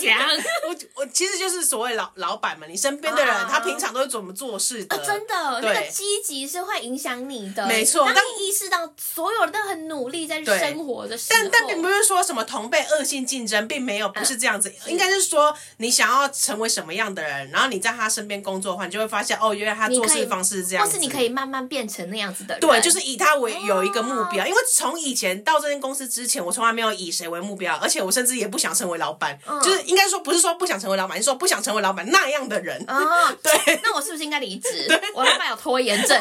Speaker 2: 想。
Speaker 1: 我我其实就是所谓老老板嘛，你身边的人、
Speaker 2: 啊
Speaker 1: 他平常都是怎么做事的？
Speaker 2: 啊，真的，
Speaker 1: 对
Speaker 2: 那个积极是会影响你的。
Speaker 1: 没错
Speaker 2: 当你意识到所有人都很努力在
Speaker 1: 对
Speaker 2: 生活的时候，
Speaker 1: 但但并不是说什么同辈恶性竞争，并没有，不是这
Speaker 2: 嗯
Speaker 1: 样子，应该是说你想要成为什么样的人，然后你在他身边工作的话，你就会发现哦，原来他
Speaker 2: 你
Speaker 1: 做
Speaker 2: 可以
Speaker 1: 事方式是这样
Speaker 2: 或
Speaker 1: 子，
Speaker 2: 是你可以慢慢变成那样子的人。
Speaker 1: 对，就是以他为有一个目标，
Speaker 2: 哦
Speaker 1: 因为从以前到这间公司之前，我从来没有以谁为目标，而且我甚至也不想成为老板，
Speaker 2: 嗯
Speaker 1: 就是应该说不是说不想成为老板，是说不想成为老板那样的人。
Speaker 2: 哦，
Speaker 1: 对，
Speaker 2: 那我是不是应该离职？我老板有拖延症，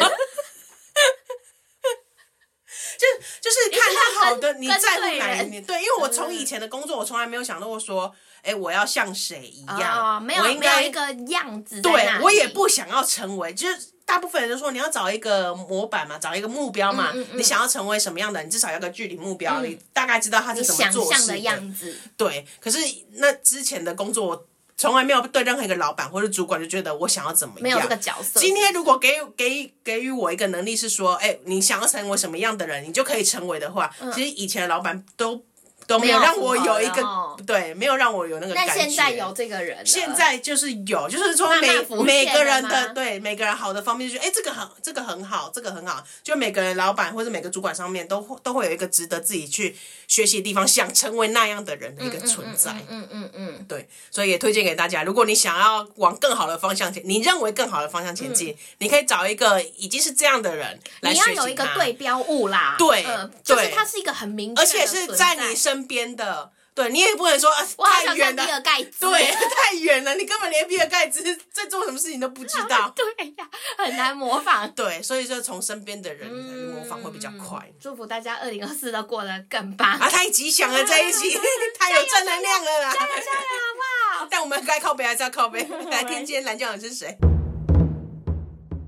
Speaker 1: 就是看他好的，你
Speaker 2: 跟
Speaker 1: 在乎哪
Speaker 2: 对
Speaker 1: 一
Speaker 2: 人
Speaker 1: 面？对，因为我
Speaker 2: 嗯
Speaker 1: 从以前的工作，我从来没有想到过说，哎，我要像谁一
Speaker 2: 哦
Speaker 1: 样，，
Speaker 2: 没有
Speaker 1: 我应
Speaker 2: 没有
Speaker 1: 该
Speaker 2: 一个样子在那
Speaker 1: 对
Speaker 2: 里。
Speaker 1: 我也不想要成为，就是大部分人都说你要找一个模板嘛，找一个目标嘛，
Speaker 2: 嗯
Speaker 1: 你想要成为什么样的，你至少要个具体目标，你大概知道他是
Speaker 2: 你
Speaker 1: 怎么
Speaker 2: 想
Speaker 1: 做
Speaker 2: 象
Speaker 1: 事
Speaker 2: 的样子，
Speaker 1: 对，可是那之前的工作，我从来没有对任何一个老板或者主管就觉得我想要怎么样。
Speaker 2: 没有这个角色。
Speaker 1: 今天如果给给给予我一个能力是说，哎、你想要成为什么样的人，你就可以成为的话，其实以前的老板都都没有
Speaker 2: 嗯没有
Speaker 1: 让我
Speaker 2: 符合
Speaker 1: 有一
Speaker 2: 了
Speaker 1: 个、
Speaker 2: 哦
Speaker 1: 对，没有让我有那个感
Speaker 2: 但
Speaker 1: 觉。
Speaker 2: 现在有这个人了，
Speaker 1: 现在就是有，就是说
Speaker 2: 慢
Speaker 1: 每
Speaker 2: 慢浮
Speaker 1: 每
Speaker 2: 现
Speaker 1: 个
Speaker 2: 了
Speaker 1: 人的
Speaker 2: 吗
Speaker 1: 对每个人好的方面，就觉得哎，这个很这个很好，这个很好，就每个人老板或者每个主管上面都会都会有一个值得自己去学习的地方，想成为那样的人的一个存在。
Speaker 2: 嗯嗯嗯，
Speaker 1: 对，所以也推荐给大家，如果你想要往更好的方向前，你认为更好的方向前进，你可以找一个已经是这样的人来
Speaker 2: 嗯你
Speaker 1: 学
Speaker 2: 要
Speaker 1: 习
Speaker 2: 有一个
Speaker 1: 他
Speaker 2: 对标物啦，
Speaker 1: 对
Speaker 2: 嗯，就是
Speaker 1: 对
Speaker 2: 它是一个很明确
Speaker 1: 而
Speaker 2: 的存，
Speaker 1: 且是在你身边的，对你也不能说啊
Speaker 2: 我好
Speaker 1: 太
Speaker 2: 想
Speaker 1: 远
Speaker 2: 像
Speaker 1: 了
Speaker 2: 比。尔盖茨，
Speaker 1: 对， 太远了，你根本连比尔盖茨在做什么事情都不知道。
Speaker 2: 对呀，很难模仿。
Speaker 1: 对，所以就从身边的人来模仿会比较快。
Speaker 2: 嗯祝福大家二零二四都过得更棒，
Speaker 1: 啊，太吉 祥了这一期，太有正能量了啦！
Speaker 2: 加油好不好？
Speaker 1: 但我们该靠背还是要靠 背，来听今天蓝教人是谁？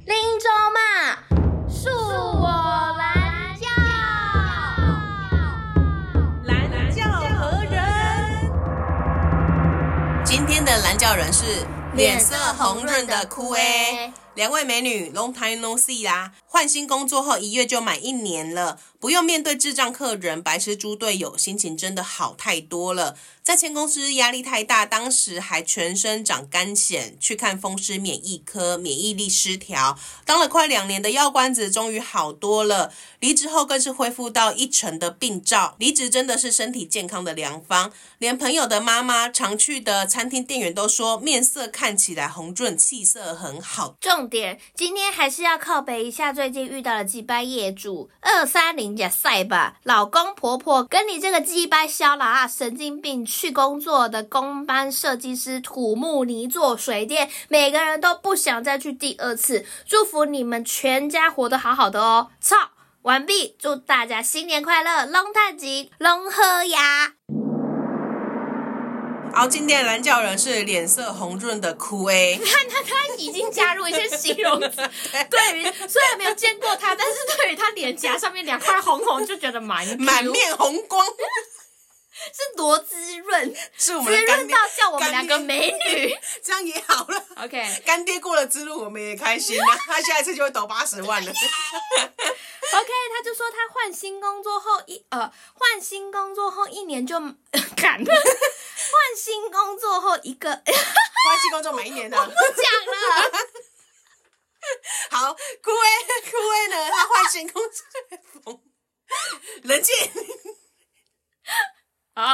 Speaker 2: 林州嘛，恕我蓝教。
Speaker 1: 蓝教何人？今天的蓝教人是脸色红润的枯薇。两位美女，long time no see 啦！换新工作后一月就满一年了，不用面对智障客人、白痴猪队友，心情真的好太多了。在前公司压力太大，当时还全身长干癣，去看风湿免疫科，免疫力失调，当了快两年的药罐子，终于好多了。离职后更是恢复到一成的病灶。离职真的是身体健康的良方，连朋友的妈妈常去的餐厅店员都说，面色看起来红润，气色很好。
Speaker 2: 重点，今天还是要靠北一下最近遇到的鸡掰业主二三零也赛吧，老公婆婆跟你这个鸡掰小老啊神经病去工作的工班设计师土木泥做水电，每个人都不想再去第二次，祝福你们全家活得好好的哦，操！完毕，祝大家新年快乐，龙探吉，龙喝牙。
Speaker 1: 然后今天的蓝教人是脸色红润的哭 A，
Speaker 2: 看他，他已经加入一些形容 词。对于虽然没有见过他，但是对于他脸颊上面两块红红，就觉得蛮
Speaker 1: 满面红光，
Speaker 2: 是多滋润，
Speaker 1: 是我们
Speaker 2: 滋
Speaker 1: 的干
Speaker 2: 润
Speaker 1: 爹
Speaker 2: 到，叫我们两个
Speaker 1: 干爹
Speaker 2: 美女。
Speaker 1: 这样也好了。
Speaker 2: OK
Speaker 1: 干爹过了之路，我们也开 心啊！他下一次就会抖八十万了。
Speaker 2: OK，他就说他换新工作后一呃换新工作后一年就呃 干，换新工作后一个
Speaker 1: 关系工作满一年了。
Speaker 2: 不讲了。
Speaker 1: 好，枯萎枯萎呢，他换星空吹风，冷静。啊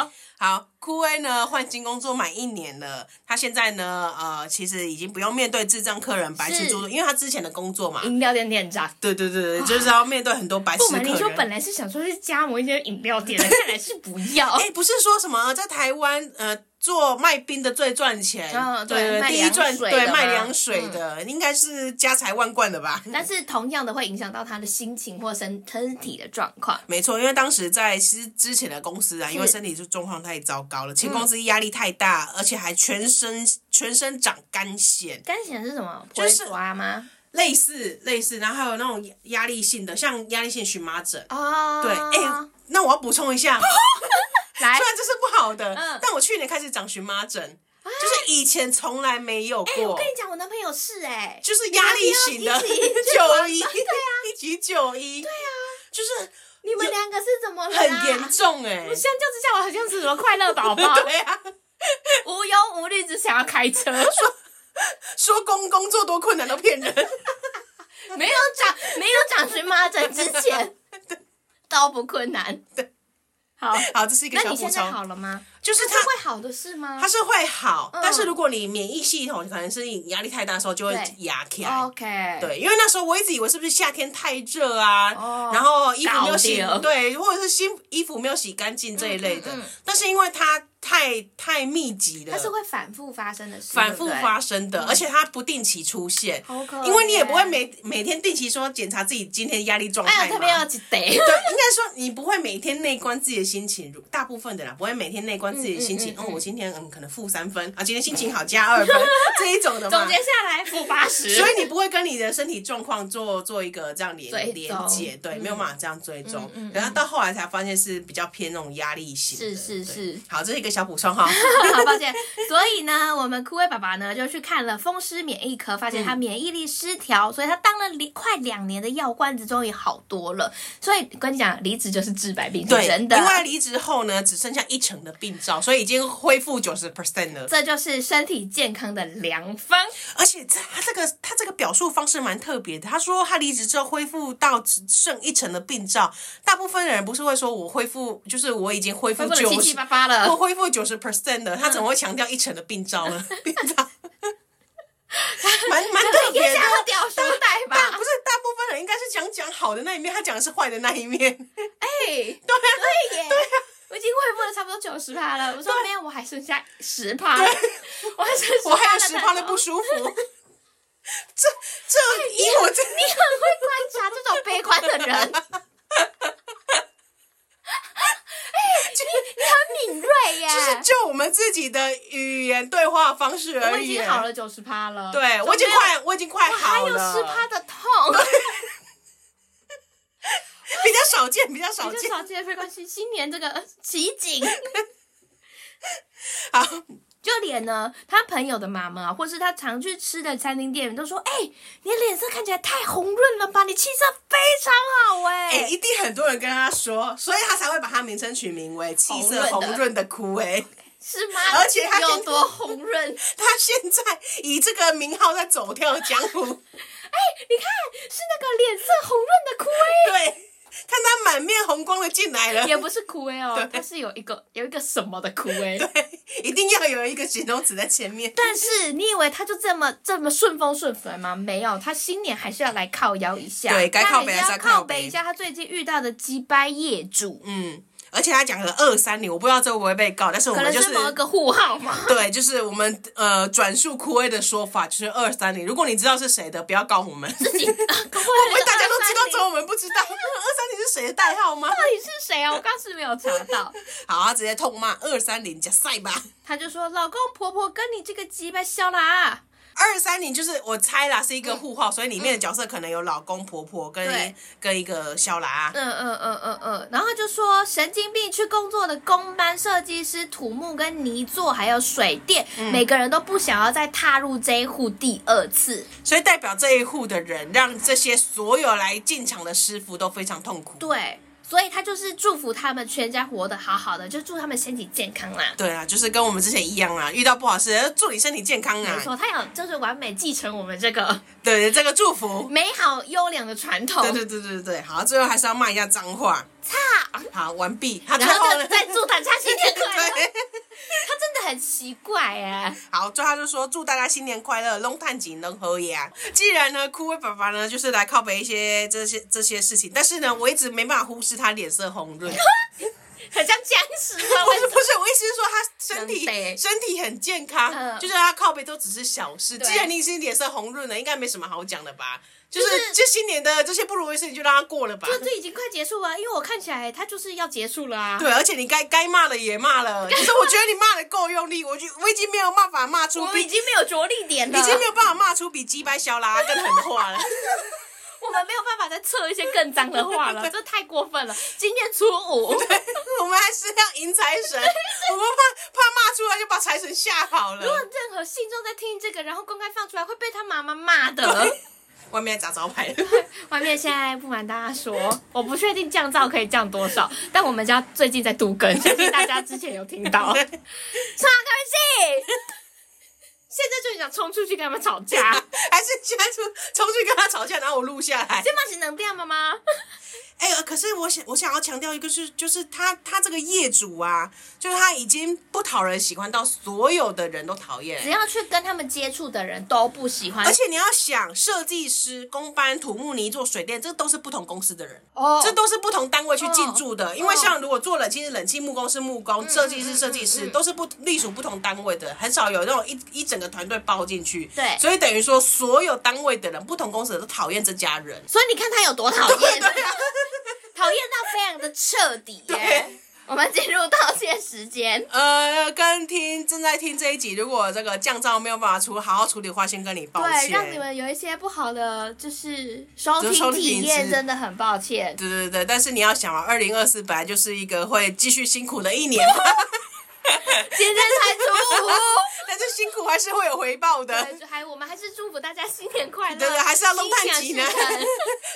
Speaker 2: 好，
Speaker 1: 好，枯萎呢换新工作满一年了，他现在呢，呃，其实已经不用面对智障客人、白痴
Speaker 2: 是
Speaker 1: 猪，因为他之前的工作嘛，
Speaker 2: 饮料店店长。
Speaker 1: 对对对对，就是要面对很多白痴
Speaker 2: 不
Speaker 1: 客
Speaker 2: 瞒您说，
Speaker 1: 人。
Speaker 2: 本来是想说去加盟一些饮料店的，看来是不要
Speaker 1: 哎、。不是说什么在台湾呃做卖冰的最赚钱，
Speaker 2: 嗯对
Speaker 1: 对
Speaker 2: 卖
Speaker 1: 第一
Speaker 2: 凉
Speaker 1: 赚
Speaker 2: 水
Speaker 1: 对
Speaker 2: 的嗯
Speaker 1: 卖
Speaker 2: 嘛
Speaker 1: 凉水的，应该是家财万贯的吧？
Speaker 2: 但是同样的会影响到他的心情或身身体的状况。
Speaker 1: 没错，因为当时在其实之前的公司啊，因为身体就状况太糟糕了，前公司压力太大，
Speaker 2: 嗯
Speaker 1: 而且还全身全身长干癣，
Speaker 2: 肝癣是什么？
Speaker 1: 就
Speaker 2: 就是是抓吗？
Speaker 1: 类似类似，然后还有那种压力性的，像压力性荨麻疹。
Speaker 2: 哦，
Speaker 1: 对，哎、那我要补充一 下，
Speaker 2: 来
Speaker 1: 虽，然这是不好的，
Speaker 2: 嗯
Speaker 1: 但我去年开始长荨麻疹，就是以前从来没有
Speaker 2: 哎，我
Speaker 1: 过。
Speaker 2: 跟你讲，我男朋友是哎，
Speaker 1: 就是压力型的
Speaker 2: 要一起去
Speaker 1: 九一，
Speaker 2: 玩 对
Speaker 1: 啊，一级九一，对啊，就是
Speaker 2: 你们两个是怎么了？
Speaker 1: 很严重哎、
Speaker 2: 相较之下，啊我好像是什么快乐宝宝，
Speaker 1: 对啊，
Speaker 2: 无忧无虑，只想要 开车，
Speaker 1: 说工工作多困难都骗人，
Speaker 2: 没有长没有长荨麻疹之 前都不困难。对，好，
Speaker 1: 好，这是一个
Speaker 2: 那
Speaker 1: 小
Speaker 2: 你
Speaker 1: 补
Speaker 2: 现在
Speaker 1: 充，
Speaker 2: 好了吗？
Speaker 1: 就是
Speaker 2: 这
Speaker 1: 它
Speaker 2: 是会好的事吗
Speaker 1: 它是会好，
Speaker 2: 嗯
Speaker 1: 但是如果你免疫系统可能是你压力太大的时候就会
Speaker 2: 对哦
Speaker 1: 压起来。
Speaker 2: ？OK，，
Speaker 1: 对，因为那时候我一直以为是不是夏天太热啊，
Speaker 2: 哦
Speaker 1: 然后衣服没有洗
Speaker 2: 搞定，了
Speaker 1: 对，或者是新衣服没有洗干净这一类的。
Speaker 2: 嗯嗯嗯
Speaker 1: 但是因为它太太密集了，
Speaker 2: 它是会反复发生的事，
Speaker 1: 反复
Speaker 2: 对不对
Speaker 1: 发生的，而且它不定期出现，
Speaker 2: 好可
Speaker 1: 因为你也
Speaker 2: 怜
Speaker 1: 不会每每天定期说检查自己今天压力状态嘛。
Speaker 2: 哎呀，特别要记得。
Speaker 1: 对，应该说你不会每天内观自己的心情，如大部分的啦，不会每天内观自己的心情。
Speaker 2: 嗯嗯嗯
Speaker 1: 哦，我今天嗯可能负三分啊，今天心情好加二 分这一种的嘛
Speaker 2: 总结。下来，负八十
Speaker 1: 所以你不会跟你的身体状况做做一个这样连
Speaker 2: 追踪
Speaker 1: 连接，对，
Speaker 2: 嗯
Speaker 1: 没有办法这样追踪。
Speaker 2: 嗯嗯嗯
Speaker 1: 然后到后来才发现是比较偏那种压力型的。
Speaker 2: 是是
Speaker 1: 对
Speaker 2: 是。
Speaker 1: 好，这是一个小补充哈。
Speaker 2: 好抱歉。所以呢，我们枯萎爸爸呢就去看了风湿免疫科，发现他免疫力失调，所以他当了两快两年的药罐子，终于好多了。所以跟你讲，离职就是治百病，
Speaker 1: 对，
Speaker 2: 是真的
Speaker 1: 因。为离职后呢，只剩下一成的病灶，所以已经恢复九十 percent 了。
Speaker 2: 这就是身体健康的良方，
Speaker 1: 而且这他这个他这个表述方式蛮特别的。他说他离职之后恢复到只剩一成的病灶，大部分人不是会说我恢复，就是我已经恢复
Speaker 2: 恢复嗯的
Speaker 1: 九
Speaker 2: 七七
Speaker 1: 十，
Speaker 2: 八八
Speaker 1: 我
Speaker 2: 了，
Speaker 1: 恢复九十 percent 了，他怎么会强调一成的病灶呢？病 灶，蛮蛮特别
Speaker 2: 也
Speaker 1: 的
Speaker 2: 想。要屌书袋
Speaker 1: 大不？
Speaker 2: 吧
Speaker 1: 是大部分人应该是讲讲好的那一面，他讲的是坏的那一面。 啊
Speaker 2: 哎，对呀，对耶，我已经恢复了差不多九十趴了。我说没有，我还剩下十趴，我还剩 10%
Speaker 1: 我还有十趴的
Speaker 2: 那
Speaker 1: 不
Speaker 2: 种
Speaker 1: 舒服。 这这以我 这
Speaker 2: 你很会观察这种悲观的人。哎、你你很敏锐耶！
Speaker 1: 就是就我们自己的语言对话方式而
Speaker 2: 我已
Speaker 1: 已。
Speaker 2: 经好了九十趴了，
Speaker 1: 对我已经快，我已经快
Speaker 2: 我还
Speaker 1: 好
Speaker 2: 有
Speaker 1: 了。
Speaker 2: 十趴的痛，
Speaker 1: 比较少见，比较少
Speaker 2: 你就
Speaker 1: 见。
Speaker 2: 少见没关系。新年这个呃奇景，
Speaker 1: 好，
Speaker 2: 就连呢他朋友的妈妈，或是他常去吃的餐厅店员都说：“哎、你的脸色看起来太红润了吧？你气色非常好哎、
Speaker 1: 哎、一定很多人跟他说，所以他才会把他名称取名为“气色
Speaker 2: 红润的
Speaker 1: 红润的枯萎”。
Speaker 2: 是吗？
Speaker 1: 而且他
Speaker 2: 有
Speaker 1: 跟
Speaker 2: 多红润？
Speaker 1: 他现在以这个名号在走跳江湖，
Speaker 2: 你看 是那个脸色红润的枯萎。”
Speaker 1: 对，看他满面红光的进来了，
Speaker 2: 也不是枯萎
Speaker 1: 对
Speaker 2: 哦，它是有一个有一个什么的枯萎。
Speaker 1: 对，一定要有一个形容词在前面。
Speaker 2: 但是你以为他就这么这么顺风顺水吗？没有，他新年还是要来靠摇一下，
Speaker 1: 对该靠北
Speaker 2: 他
Speaker 1: 还
Speaker 2: 还
Speaker 1: 是要
Speaker 2: 是要
Speaker 1: 靠
Speaker 2: 靠
Speaker 1: 北
Speaker 2: 北一下他最近遇到的鸡掰业主，
Speaker 1: 嗯，而且他讲了二三零，我不知道这会不会被告，但是我
Speaker 2: 可
Speaker 1: 们
Speaker 2: 能
Speaker 1: 就是
Speaker 2: 是某一个户号嘛。
Speaker 1: 对，就是我们呃转述枯萎的说法，就是二三零。如果你知道是谁的，不要告我们， 因
Speaker 2: 自己，
Speaker 1: 为
Speaker 2: 我
Speaker 1: 大家都知道，只有我们不知道。二三零是谁的代号吗？
Speaker 2: 到底是谁啊？我刚是没有查到。
Speaker 1: 好，他直接痛骂二三零加赛吧。
Speaker 2: 他就说：“老公婆婆跟你这个鸡掰消啊啦。
Speaker 1: 二三零就是我猜啦，是一个户号，所以里面的角色可能有老公、婆婆跟
Speaker 2: 对
Speaker 1: 跟一个小啊啦”。
Speaker 2: 嗯嗯嗯嗯嗯。然后他就说：“神经病去工作的工班设计师、土木跟泥作，还有水电，
Speaker 1: 嗯
Speaker 2: 每个人都不想要再踏入这一户第二次。”
Speaker 1: 所以代表这一户的人，让这些所有来进场的师傅都非常痛苦。
Speaker 2: 对，所以他就是祝福他们全家活得好好的，就祝他们身体健康啦。
Speaker 1: 对啊，就是跟我们之前一样啊，遇到不好事，祝你身体健康啊
Speaker 2: 没。错，他有就是完美继承我们这个
Speaker 1: 对，这个祝福。
Speaker 2: 美好优良的传统。
Speaker 1: 对对对对对对，好，最后还是要骂一下脏话。
Speaker 2: 差，
Speaker 1: 好，完毕。好，最
Speaker 2: 然后
Speaker 1: 后
Speaker 2: 再
Speaker 1: 呢？
Speaker 2: 再祝大家新年快乐。
Speaker 1: 对，
Speaker 2: 他真的很奇怪哎，
Speaker 1: 好，最后他就说祝大家新年快乐，龙探井能合呀。既然呢，枯萎爸爸呢就是来靠北一些这些这些事情，但是呢，我一直没办法忽视他脸色红润。
Speaker 2: 很像僵尸啊！
Speaker 1: 不
Speaker 2: 为
Speaker 1: 是
Speaker 2: 什
Speaker 1: 不
Speaker 2: 么？
Speaker 1: 是，我意思是说他身体
Speaker 2: 能背
Speaker 1: 身体很健康，
Speaker 2: 嗯
Speaker 1: 就是他靠背都只是小事。
Speaker 2: 对
Speaker 1: 既然你已经脸色红润了，应该没什么好讲的吧？就
Speaker 2: 就是
Speaker 1: 是就新年的这些不如意的事情就让他过了吧。
Speaker 2: 就这已经快结束了，因为我看起来他就是要结束了啊。
Speaker 1: 对，而且你该该骂的也骂 了，可是我觉得你骂的够用力，我就我已经没有办法骂出
Speaker 2: 我们
Speaker 1: 比
Speaker 2: 已经没有着力点了，
Speaker 1: 已经没有办法骂出比鸡掰小啦更狠的话了。
Speaker 2: 我们没有办法再测一些更脏的话 了，这太过分了。今天初五，
Speaker 1: 我们还是要迎财神，我们怕怕骂出来就把财神吓跑
Speaker 2: 如果
Speaker 1: 了。
Speaker 2: 任何信众在听这个，然后公开放出来，会被他妈妈骂的。
Speaker 1: 外面砸招牌了，
Speaker 2: 外面现在不瞒大家说，我不确定降噪可以降多少，但我们家最近在度 更，相信大家之前有听 到。唱歌戏，现在就想冲出去跟他们吵 架，这
Speaker 1: 还是现在冲冲去跟他吵架，然后我录下来。
Speaker 2: 么是能量妈妈？
Speaker 1: 哎、呃可是我想我想要强调一个是，就是他他这个业主啊，就是他已经不讨人喜欢到所有的人都讨厌、
Speaker 2: 只要去跟他们接触的人都不喜欢
Speaker 1: 而，且你要想，设计师、工班、土木泥做水电，这都是不同公司的人，
Speaker 2: 哦
Speaker 1: 这都是不同单位去进驻的。
Speaker 2: 哦
Speaker 1: 因为像如果做冷气是冷气，木工是木工，设计
Speaker 2: 嗯
Speaker 1: 是
Speaker 2: 嗯
Speaker 1: 设计
Speaker 2: 嗯
Speaker 1: 师，
Speaker 2: 嗯
Speaker 1: 都是不隶属不同单位的，很少有那种一一整个团队包进去。
Speaker 2: 对
Speaker 1: 所以等于说，所有单位的人、不同公司的人都讨厌这家人。
Speaker 2: 所以你看他有多讨厌， 讨厌到非常的彻底耶
Speaker 1: 啊对。
Speaker 2: 我们进入道歉时间，
Speaker 1: 呃，跟听正在听这一集，如果这个降噪没有办法处好好处理的话，先跟你抱
Speaker 2: 对，
Speaker 1: 歉。
Speaker 2: 让你们有一些不好的就是收
Speaker 1: 就是收
Speaker 2: 听
Speaker 1: 听
Speaker 2: 体
Speaker 1: 品
Speaker 2: 验，
Speaker 1: 质
Speaker 2: 真的很 抱歉。
Speaker 1: 对对对，但是你要想啊，二零二四本来就是一个会继续辛苦的一年 嘛，
Speaker 2: 今天才 初五。
Speaker 1: 但是辛苦还是会有回报的。
Speaker 2: 对，还我们还是祝福大家新年快乐，
Speaker 1: 对对啊还是要弄探
Speaker 2: 心
Speaker 1: 集
Speaker 2: 想
Speaker 1: 呢
Speaker 2: 事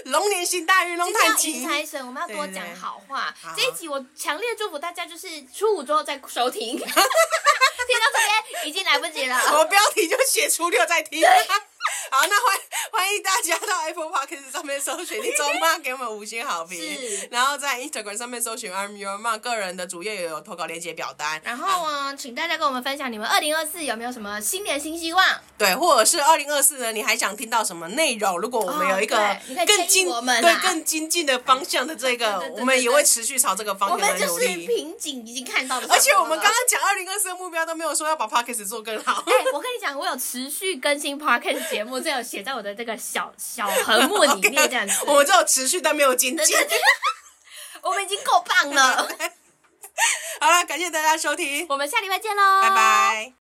Speaker 2: 成
Speaker 1: 龙年行大运，龙
Speaker 2: 就是
Speaker 1: 探
Speaker 2: 要
Speaker 1: 吉
Speaker 2: 迎。财神，我们要多
Speaker 1: 对对
Speaker 2: 讲好话。
Speaker 1: 好
Speaker 2: 这一集我强烈祝福大家，就是初五之后再收听，听到这边已经来不及了。
Speaker 1: 我标题就写初六再听。啊 好，那欢欢迎大家到 Apple Podcast 上面搜寻“一周妈”，给我们五星好评
Speaker 2: 是。
Speaker 1: 然后在 Instagram 上面搜寻 “I'm Your Mom”，个人的主页也有投稿链接表单。
Speaker 2: 然后啊，请大家跟我们分享你们二零二四有没有什么新年新希望？
Speaker 1: 对，或者是二零二四呢？你还想听到什么内容？如果我们
Speaker 2: 哦
Speaker 1: 有一个
Speaker 2: 对你可以建
Speaker 1: 更
Speaker 2: 议
Speaker 1: 精、
Speaker 2: 我们啊
Speaker 1: 对更精进的方向的这个
Speaker 2: 对对对，对
Speaker 1: 我们也会持续朝这个
Speaker 2: 我
Speaker 1: 方
Speaker 2: 们
Speaker 1: 向来
Speaker 2: 就
Speaker 1: 努
Speaker 2: 是
Speaker 1: 力。
Speaker 2: 瓶颈已经看到的，
Speaker 1: 啊而且我们刚刚。讲二零二四的目标都没有说要把 podcast 做更 好。
Speaker 2: 哎、我跟你讲，我有持续更新 podcast 节目，这有写在我的这个小小横幕里 面，这样子。
Speaker 1: 我们只有持续但没有精进。
Speaker 2: 我们已经够棒了，
Speaker 1: 好了，感谢大家收听，
Speaker 2: 我们下礼拜见喽，
Speaker 1: 拜拜。